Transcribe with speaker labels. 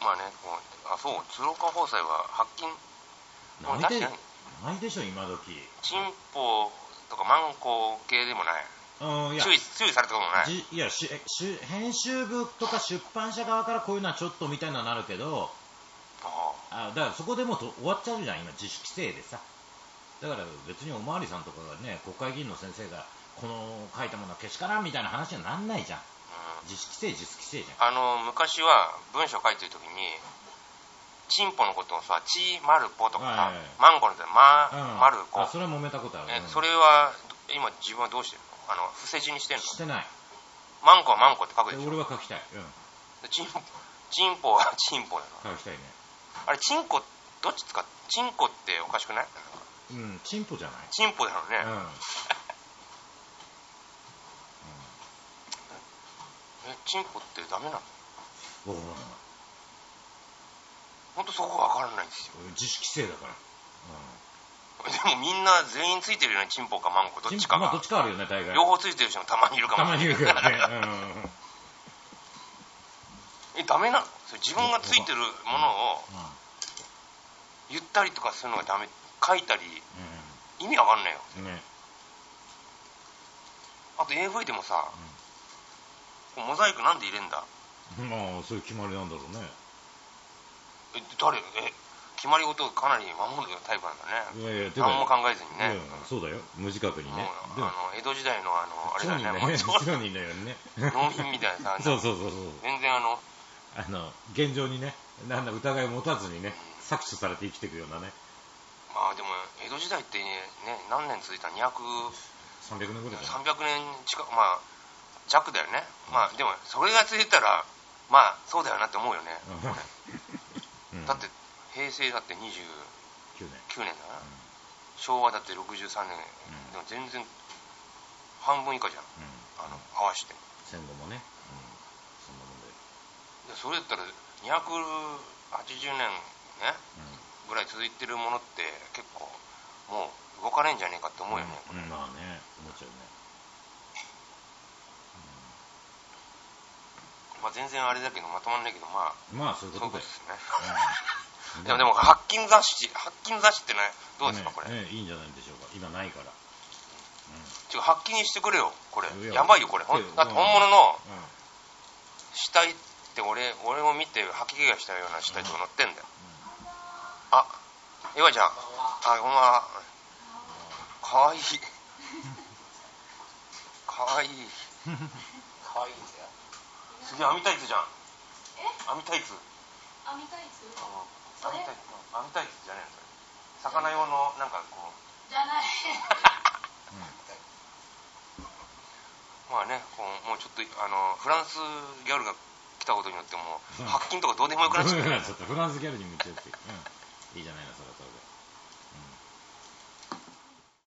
Speaker 1: まあねもうあそう鶴岡放送は発禁もう
Speaker 2: ない
Speaker 1: 確
Speaker 2: で
Speaker 1: かに
Speaker 2: ないでしょ今時
Speaker 1: チンポとかマンコ系でもない
Speaker 2: うんいや
Speaker 1: 注意注意されたこともない
Speaker 2: じいやしえし編集部とか出版社側からこういうのはちょっとみたいなのなるけど
Speaker 1: あ
Speaker 2: あだからそこでもうと終わっちゃうじゃん今自主規制でさだから別におまわりさんとかがね国会議員の先生がこの書いたものはけしからんみたいな話にはなんないじゃん
Speaker 1: あ
Speaker 2: 自主規制自主規制じゃ
Speaker 1: う
Speaker 2: ん
Speaker 1: んあの昔は文章書いてる時にチンポのことをさ「チーマルポ」とかさ
Speaker 2: はいはい
Speaker 1: マンコのことで「マ
Speaker 2: うん、
Speaker 1: マルコ
Speaker 2: あそれは揉めたことあ」る、
Speaker 1: え
Speaker 2: うん
Speaker 1: それは今自分はどうしてるのあの伏せ字にしてんの
Speaker 2: してない
Speaker 1: マンコはマンコって書く
Speaker 2: で
Speaker 1: でし
Speaker 2: 俺
Speaker 1: ょ
Speaker 2: は書きたい、うん、
Speaker 1: でチンチンポはチンポなの
Speaker 2: 書きたいね
Speaker 1: あれチンコどっち使っチンコっておかしくない
Speaker 2: うんチンポじゃない
Speaker 1: チンポだろうね、
Speaker 2: うんうん
Speaker 1: えチンポってダメなの
Speaker 2: おう
Speaker 1: 本当そこが分からないんですよ
Speaker 2: 自主規制だから、
Speaker 1: でもみんな全員ついてるよねチンポかマンコど
Speaker 2: うん、
Speaker 1: っちか
Speaker 2: まあ、
Speaker 1: が
Speaker 2: どっちかあるよね大概
Speaker 1: 両方ついてる人もたまにいるか
Speaker 2: た
Speaker 1: も
Speaker 2: まに
Speaker 1: し
Speaker 2: い
Speaker 1: れ
Speaker 2: る
Speaker 1: ない
Speaker 2: けどね、うん
Speaker 1: えダメなのそれ自分がついてるものを言ったりとかするのがダメ書いたり
Speaker 2: う
Speaker 1: 意味わかんないよ
Speaker 2: んうんうんね
Speaker 1: あと AV でもさ、こうモザイクなんで入れんだ
Speaker 2: まあそういう決まりなんだろうね
Speaker 1: え誰え決まり事をかなり守るタイプなんだね
Speaker 2: いやいやてか
Speaker 1: 何も考えずにね、
Speaker 2: うん、そうだよ無自覚に
Speaker 1: もう
Speaker 2: ねでも
Speaker 1: あの江戸時代のあのあれ
Speaker 2: 商
Speaker 1: だね
Speaker 2: 人だ
Speaker 1: もうちょっと
Speaker 2: よね商人だよね
Speaker 1: 農民みたいなさ
Speaker 2: そうそうそうそう
Speaker 1: 全然あの
Speaker 2: あの現状にねなんだ疑いを持たずにね搾取されて生きていくようなね
Speaker 1: まあでも江戸時代ってね何年続いた200300
Speaker 2: 300年ぐらいだね
Speaker 1: 年近くまあ弱だよねまあでもそれが続いたらまあそうだよなって思うよね、
Speaker 2: うんうん
Speaker 1: だって平成だって29
Speaker 2: 9年
Speaker 1: 年だな、昭和だって63年、
Speaker 2: うん
Speaker 1: でも全然半分以下じゃん
Speaker 2: うん
Speaker 1: あの合わせて
Speaker 2: 戦後もね、そんなもんだよ
Speaker 1: でそれだったら280年ねぐらい続いてるものって結構もう動かないんじゃねえかって思うよね、
Speaker 2: うんうんまあね思っちゃうね
Speaker 1: まあ、全然あれだけどまとまんないけどまあ
Speaker 2: まあそういう
Speaker 1: そういう
Speaker 2: こと
Speaker 1: こと
Speaker 2: だ
Speaker 1: で
Speaker 2: よ
Speaker 1: すね
Speaker 2: うん
Speaker 1: でもでも発禁雑誌発禁雑誌ってねどうですか
Speaker 2: ね
Speaker 1: これ、
Speaker 2: ねいいんじゃないでしょうか今ないから
Speaker 1: ちょ発禁にしてくれよこれ
Speaker 2: いや
Speaker 1: やばいよこれほん
Speaker 2: いや
Speaker 1: だって本物の
Speaker 2: うん
Speaker 1: 死体って俺俺を見て吐き気がしたような死体とか載ってんだよ、あエヴァちゃんあごめんかわいい かわいいかわいいんだよすげえ網タイツじゃん網タイツ
Speaker 3: 編みたいつ
Speaker 1: あの
Speaker 3: それ
Speaker 1: 網タイツ網タイツじゃねえのそれ魚用のなんかこう
Speaker 3: じゃない
Speaker 1: まあねこうもうちょっとあのフランスギャルが来たことによってもう
Speaker 2: うん
Speaker 1: 発 禁とかどうでもよくなっちゃっ
Speaker 2: うん
Speaker 1: た
Speaker 2: ちょっとフランスギャルに夢中って、うん、いいじゃないのそれはそれで、